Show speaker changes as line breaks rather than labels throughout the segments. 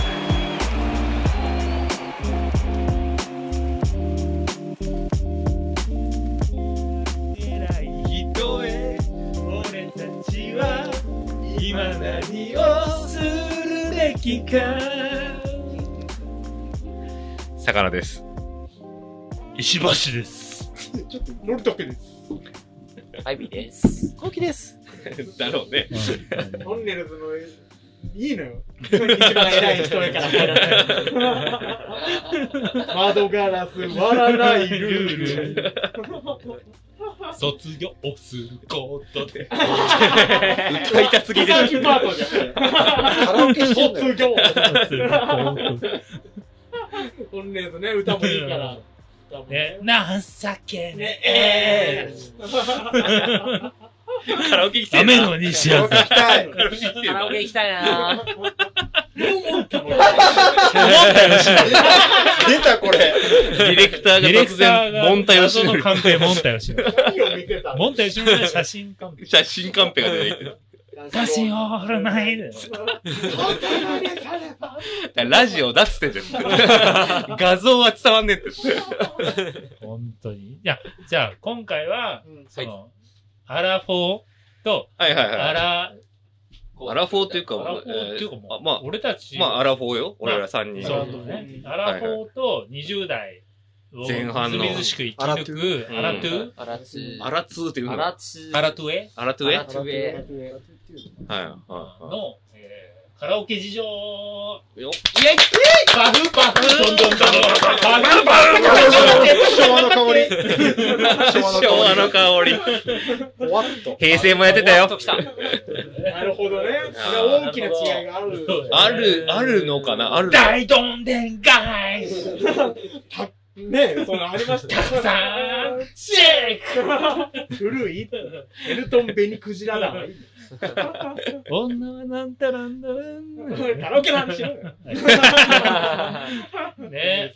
Hey.
偉い人へ俺たちは今何をするべきか
魚です。
石橋ですちょっと乗るだけです
アイビーです。
コウキです。
だろうね。
トンネルズのいいのよ一番偉い人やから窓ガラス割らないルール
卒業することで。
歌いたすぎる歌いパートじゃ
カラオケ
ん
してんだよ。
卒業トンネルズね歌もいいから歌も
ね、情けね
ねえ
カラオケ来て
え。
んな
雨の西朝。
行きたい。
カラオケ来て
カ
ん
ラ
な
オケ行きたいなぁ。
出た、これ。
ディレクタ
ディ
ーが
レ
突
クター
然、
が、
モンタヨシ
謎
ノ
の
リ。
カンペ、モンタヨシノリ。
何を見てたの
モンタヨシノリの写真カンペ。
写真カンペが出てき
写真を貼らないで。
て。ラジオだっつってんじゃん。画像は伝わんねえって。
本当に。いや、じゃあ、今回は
うん、
その、アラフォーと、
はいはい
ア
はい。
ラ、
アラフォーというか、
アラフォーっていうか
え
も
ーまあ
う、、俺たち、
まあ、アラフォーよ。俺ら3人。
そう
う
ね。アラフォーと20代を、
前半の
みずみずしく生き抜く、
ア
ア
ラ
ラ
ト
ト
ゥ
ゥ
アラツー。
アラツーっていうの
ア
は
ラツー。
アラトゥエ
アラトゥエ
ア
は
ラトゥエ。
いはいは
の、えーカラオケ事情
い。よ
パフパフどんどんどんパフパ
昭和の香り。
昭和の香り。
ほわっと。
平成もやってたよ。
なるほどね。
あ
大きな違いがある。
フ
ある、あるのかなある。
大どんでん返した
ねえ、そのありました
くさんシェイ
古いエルトン・ベニ・クジラだ。
ク女はなんたらんだらん
カラオケの話しろよ。
ね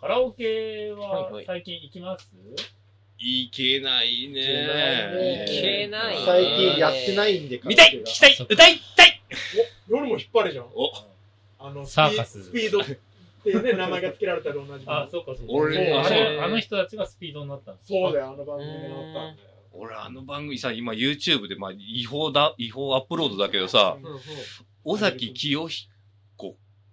カラオケ
はいは
はい最近行きます
いけないね。
い
けない
最近やってないんで、
見たい聞きたい歌いたい
夜も引っ張るじゃん。
お
あの、
サーカス
スピードっていうね、名前が付けられたら同じ。
あ、そうかそうか。
俺
あ
そう
れあの人たちがスピードになったんです
そうだよ、あの番組があったんだよ。
俺あの番組さ、今 YouTube で、まあ、違法だ、違法アップロードだけどさ、尾崎清彦、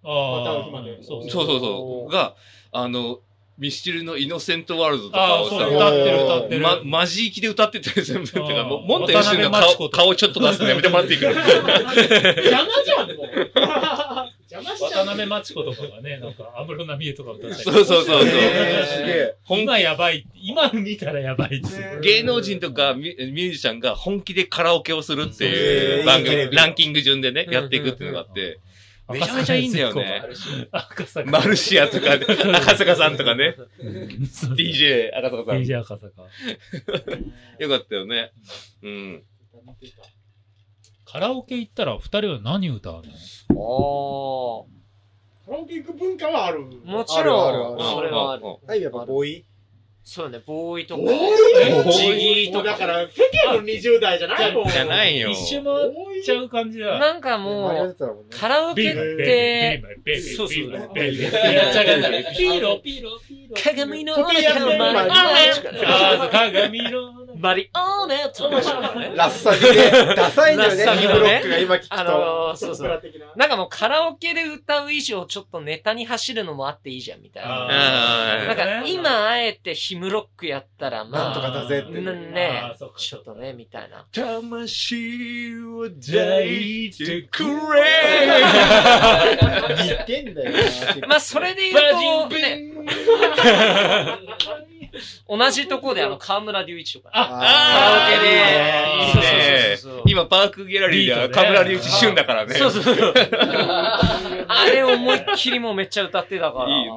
また会う日ま
あ
で
あ、そ
そうう
そう。
そうそう、が、あの、ミスチルのイノセントワールドとか
ああ、
を
そ
さ
う、、歌ってる歌ってる。
ま、マジ息で歌ってたよ、全部。て
あー
か、もう、モンタヨシノの
渡辺真知子
顔、
とか
顔ちょっと出すのやめてもらっていいかな
邪魔じゃん、もう。邪魔しちゃ
渡
う。
辺真知子とかがね、なんか、安室奈美恵とか歌ったり。
そうそうそうそう。
へーすげえ
本
今やばい。今見たらやばいっていう。
芸能人とかミュミュージシャンが本気でカラオケをするって
へ
いう
ー
番
いいテレ
組、
ビ
ランキング順でね、やっていくっていうのがあって、めちゃめちゃいいんだよね。
赤坂。
マルシアとか、赤坂さんとかね、
そう
DJ 赤坂さん。
DJ 赤坂。
よかったよね。うん。
カラオケ行ったら二人は何歌うの
おー。
カラオケ行く文化はある。
もちろん、
あるあるある
それはある。
うん
はい、やっぱボーイ。
そうね、ボーイとか。
多
ボー
い
イ
も
と
うだか
か。
ら、世間の20代じゃないもん。。
じゃないいよ。
一周回っちゃう感じだ。
なんか
前
も
やっ
う、
てたもんね。
カラオケっ
ビ
て、
ーマイベイビー
そうそう
ビーマイベイビー
ビーマイベイビー
やっちゃうピーロピーロピーロ。
鏡の
コピーや
中
ん
の
ね
マリ
ああ、鏡の。
マリオネットでしょうね。
ラッサビで、ダサいんだよね、
ラッサビ
ヒ
のね
ブロックが今聞く
あ
と。
のー、そう
コス
そ
プラ
う。
的な。
なんかもうカラオケで歌う以上、ちょっとネタに走るのもあっていいじゃん、みたいな。
あー
なんか、今あえてヒムロックやったら、まあ、
なんとかだぜって。
なね
あーそっか
ちょっとね、みたいな。
魂を
抱
抱い
い
て
て
く
く
れ
似てんだよな。
まあ、それで言うと、ね、同じとこであの、河村隆一とか。
あ
カラオケで
ーいいね
そうそうそうそう
今、パークギャラリーでは、
いいと
カ
ね
ムラ隆一旬だからね。
そうそう。あれ思いっきりもうめっちゃ歌ってたから。
いいね。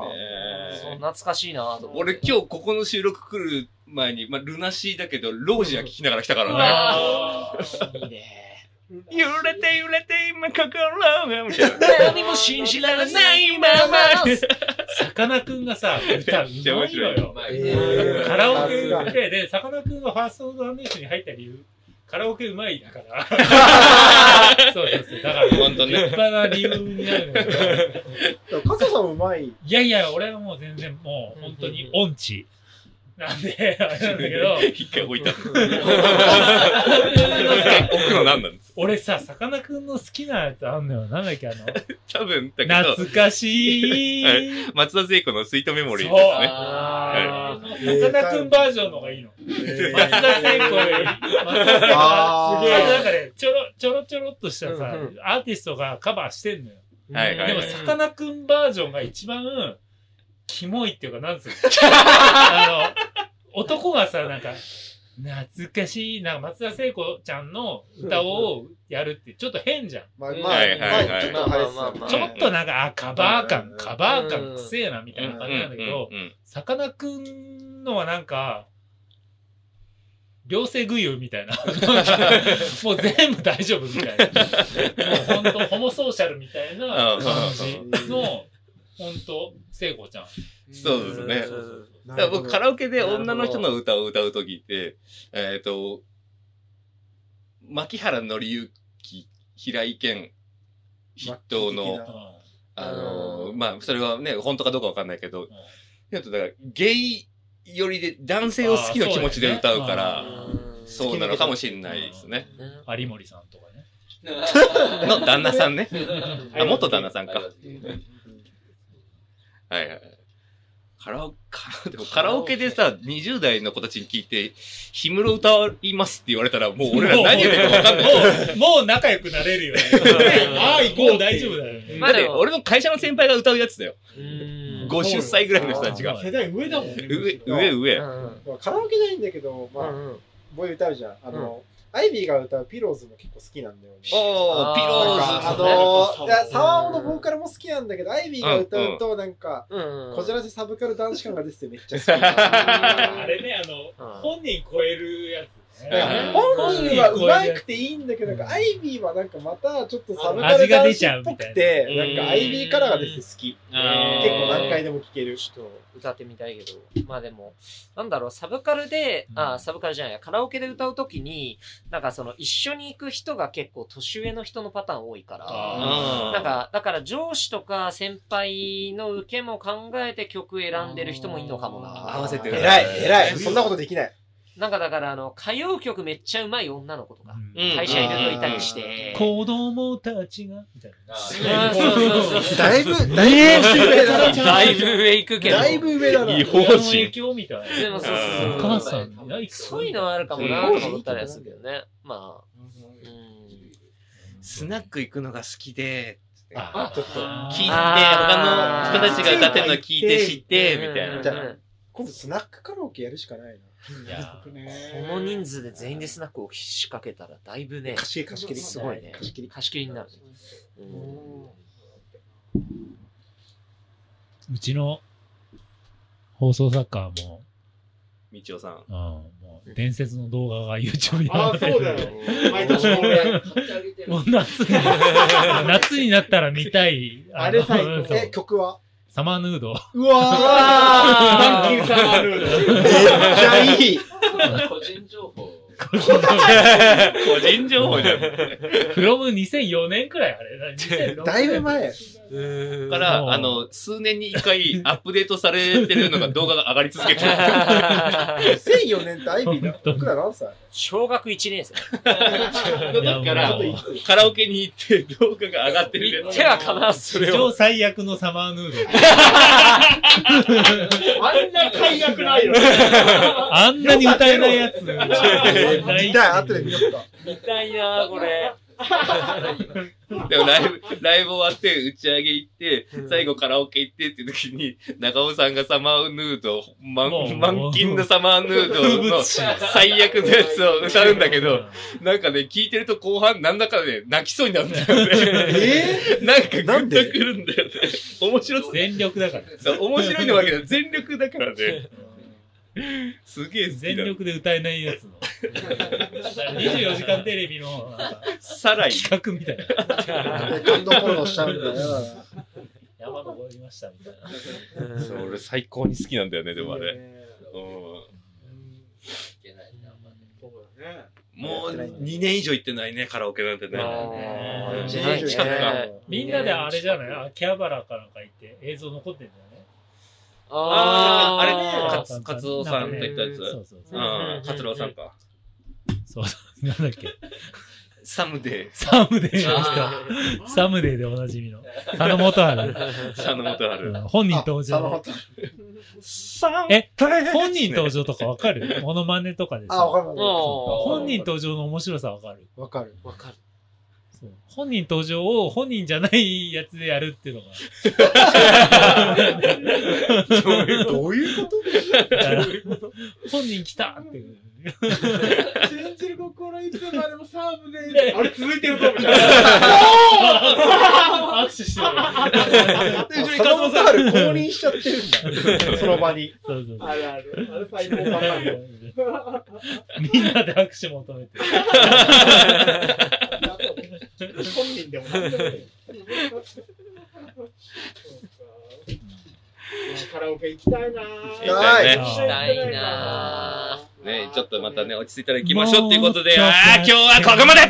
そう懐かしいなと思って
俺今日ここの収録来る前に、まあ、ルナシーだけど、ロージア聞きながら来たか
う
らね。
わーいいね。
揺れて揺れて今心が、みたいな。
何も信じられないま まです。
さかなクンがさ、歌うまいのよ。
え
え
ー
カラオケで、で、さかなクンがファーストダンデーションに入った理由、カラオケうまいだから。そうそうそう。だから、
ほんとね
立派な理由になるのよ。
カサさんうまい。
いやいや、俺はもう全然もう、本当に音痴。なんで、あれなんだけど、
一回置いた。一回置くの何なんです
俺さ、さかなクンの好きなやつあんのよ。なんだっけ、あの、
多分、だけど、
懐かしい。
は松田聖子のスイートメモリー
そう
ですね。
あー
い
さかなクンバージョンの方がいいの。松田聖子より、松田聖子
あ
が
ー
すげえ、なんかね、ちょろ、ちょろちょろっとしたさ
うんう、
アーティストがカバーしてんのよ。
はいはい
で
は
も、
い
さかなクンバージョンが一番、キモいっていう か、なんつうのあの、男がさ、なんか、懐かしい、なんか松田聖子ちゃんの歌をやるって、ちょっと変じゃん。
まあ、まあ、
はいはいはい
まあちょっとあれですよね
まあまあまあまあ
ちょっとなんか、あ、カバー感
う、ん
カバー感くせえな、みたいな感じなんだけど、
うんうんうん
さかなクンのはなんか、両性具有み たいな。なんかもう全部大丈夫みたいな。もう本当ホモソーシャルみたいな感じの、本当聖子ちゃん。
そうですね
うん
だから僕、カラオケで女の人
な
の歌を歌うときって、えっ、と、牧原紀之、平井堅筆頭の、あのー
うん
まあ、それはね、本当かどうかわかんないけど、えっと、だから、ゲイ寄りで、男性を好きな気持ちで歌うから、
あ
うん
そう,、なのかもしれないですね。
有森さんとかね。
の旦那さんね。あ、元旦那さんか。はいはい。カラオカラでもカラオケでさ、20代の子たちに聞いて、氷室歌いますって言われたら、もう俺ら何言ってるか分かん ない。
もう、もう仲良くなれるよね。ああ、行こう、大丈夫だよね。
だって、俺の会社の先輩が歌うやつだよ。
うん
50歳ぐらいの人たちが。
世代上だもんね。
上、上、
う
上。
ん
まあカラオケないんだけど、まあ、
うんうん
ボーイ歌うじゃん。あの、アイビーが歌うピローズも結構好きなんだよね。
おー、ピロ
なん
ー
か
ズ。
あ
そうね
のいや沢尾のボーカルも好きなんだけど、アイビーが歌うと、なんか、
うんうん
こじらせサブカル男子感が出ててめっちゃ好き。
あれね、あの、本人超えるやつね。
本人は上手くていいんだけど、なんかアイビーはなんかまたちょっとサブカル男子っぽく
味
て、
が出ちゃうみたい
なん
な
かアイビーカラーが出て好き。
あー
結構何回でも聴ける。
ちょっと歌ってみたいけど、まあでも、なんだろう、サブカルで、
うん
あ、サブカルじゃないや、カラオケで歌うときに、なんかその一緒に行く人が結構年上の人のパターン多いから、
あー
なん、か、だから上司とか先輩の受けも考えて曲選んでる人もいいのかも
合わ
な。
せて
偉い、偉い。そんなことできない。
なんかだから、あの、歌謡曲めっちゃうまい女の子とか、
うん
会社に抜いたりして、
子供たちが、みたいな。
うんそうそうそう
だいぶ、だいぶ上だな。
だいぶ上行くけど。
だいぶ上だな。
違法
親の影
人。
響みたいな。
でもそうそうそう
お母さんにない
そういうのはあるかもなとか思ったりはするけどね。まあ。うん
スナック行くのが好きで、
あ
ちょっと、
聞いて、
あ
他
ー
の人たちが歌ってるの聞いて知って、みたいな。
じゃあ今度スナックカラオケやるしかないな。
いや
この人数で全員でスナックを仕掛けたらだいぶね、
貸し切り貸し切り。
すごいね
貸し切り。
貸し切りになるね。うん
うちの放送作家も、
みちおさん。
うん、もう伝説の動画が YouTube に
ああ、
上がって
そうだよ。毎年恒例。
もう夏に、夏になったら見たい。
あれ最
の
高。
そう
え、曲は
サマーヌード。
うわ
マンキンさんある
ーめっちゃいい
個人情報。
個人情報じゃん。
フロム2004年くらいあれ。2006
だいぶ前。
だから、あの、数年に一回アップデートされてるのが動画が上がり続けてる。
2004年ってアイビーだ。僕ら何歳
小学1年生。
の時か
いや
ら
もう、
カラオケに行って動画が上がってる
言
や
っ
つ
てはかな、そ
史
れ
上
を。
最悪のサマーヌード。
あんな快楽ないよ。
あんなに歌えないやつ。
見たい、後で見よっか。
見たいな、これ。
でもライブ、ライブ終わって打ち上げ行って、最後カラオケ行ってっていう時に、中尾さんがサマーヌード、満
もう
満金のサマーヌードの最悪のやつを歌うんだけど、なんかね、聞いてると後半なんだかね、泣きそうになるんだよね。
え
なんかグッとくるんだよね。面白
うん
そう。
全力だから。
そう面白いのわけだ。全力だからね。すげえ好き
全
だ。
力で歌えないやつの。24時間テレビのなんか
サライ。
企画みたいな。
ー、単独フォローしちゃうんだよ。
山登りましたみたいな。
そう俺最高に好きなんだよね、でもあれ。
ね
うん
けないな、ま
そうだね。
もう2年以上行ってないね、カラオケなんてね。
あ
ー
ー
じ
じ
ゃな
ゃないい
ね
近くか。
みんなであれじゃない秋葉原かなんか行って映像残ってんだよね。
ああ、あれ
ー
ね、
あ
カツカツオさんと行ったやつ。
そうそうそ
う
う。
ん、カツラオさんか。
なんだっけ。
サムデ
サムデーの
あ
人。サムデーでおなじみの。佐野元 春。
ー、佐野元
う
春。
ん本人登
あ佐野
場
元。春
え、 本人登場とかわかるモノマネとかで
あ、
さ。
わかる
あ
わかる。
本人登場の面白さわかる。
わかる。
わかる。
そう本人登場を本人じゃないやつでやるって いうのが。
どういうこと
本人来たって いう。
信じる心いつまでもサーブで。あれ続いてるぞみたい
握手してる。
な。で、後ろにカツオさん。降臨しちゃってるんだ。その場に。
そうそう そう
あるある。あれ最高ばかりよ。
みんなで握手求めて。
本人でもなんでもない。
カラオケ行きたいなぁ。
や
ね
行き
たいな
ね、ちょっとまたね、落ち着いたら行きましょうっていうことで、ああー、今日はここまで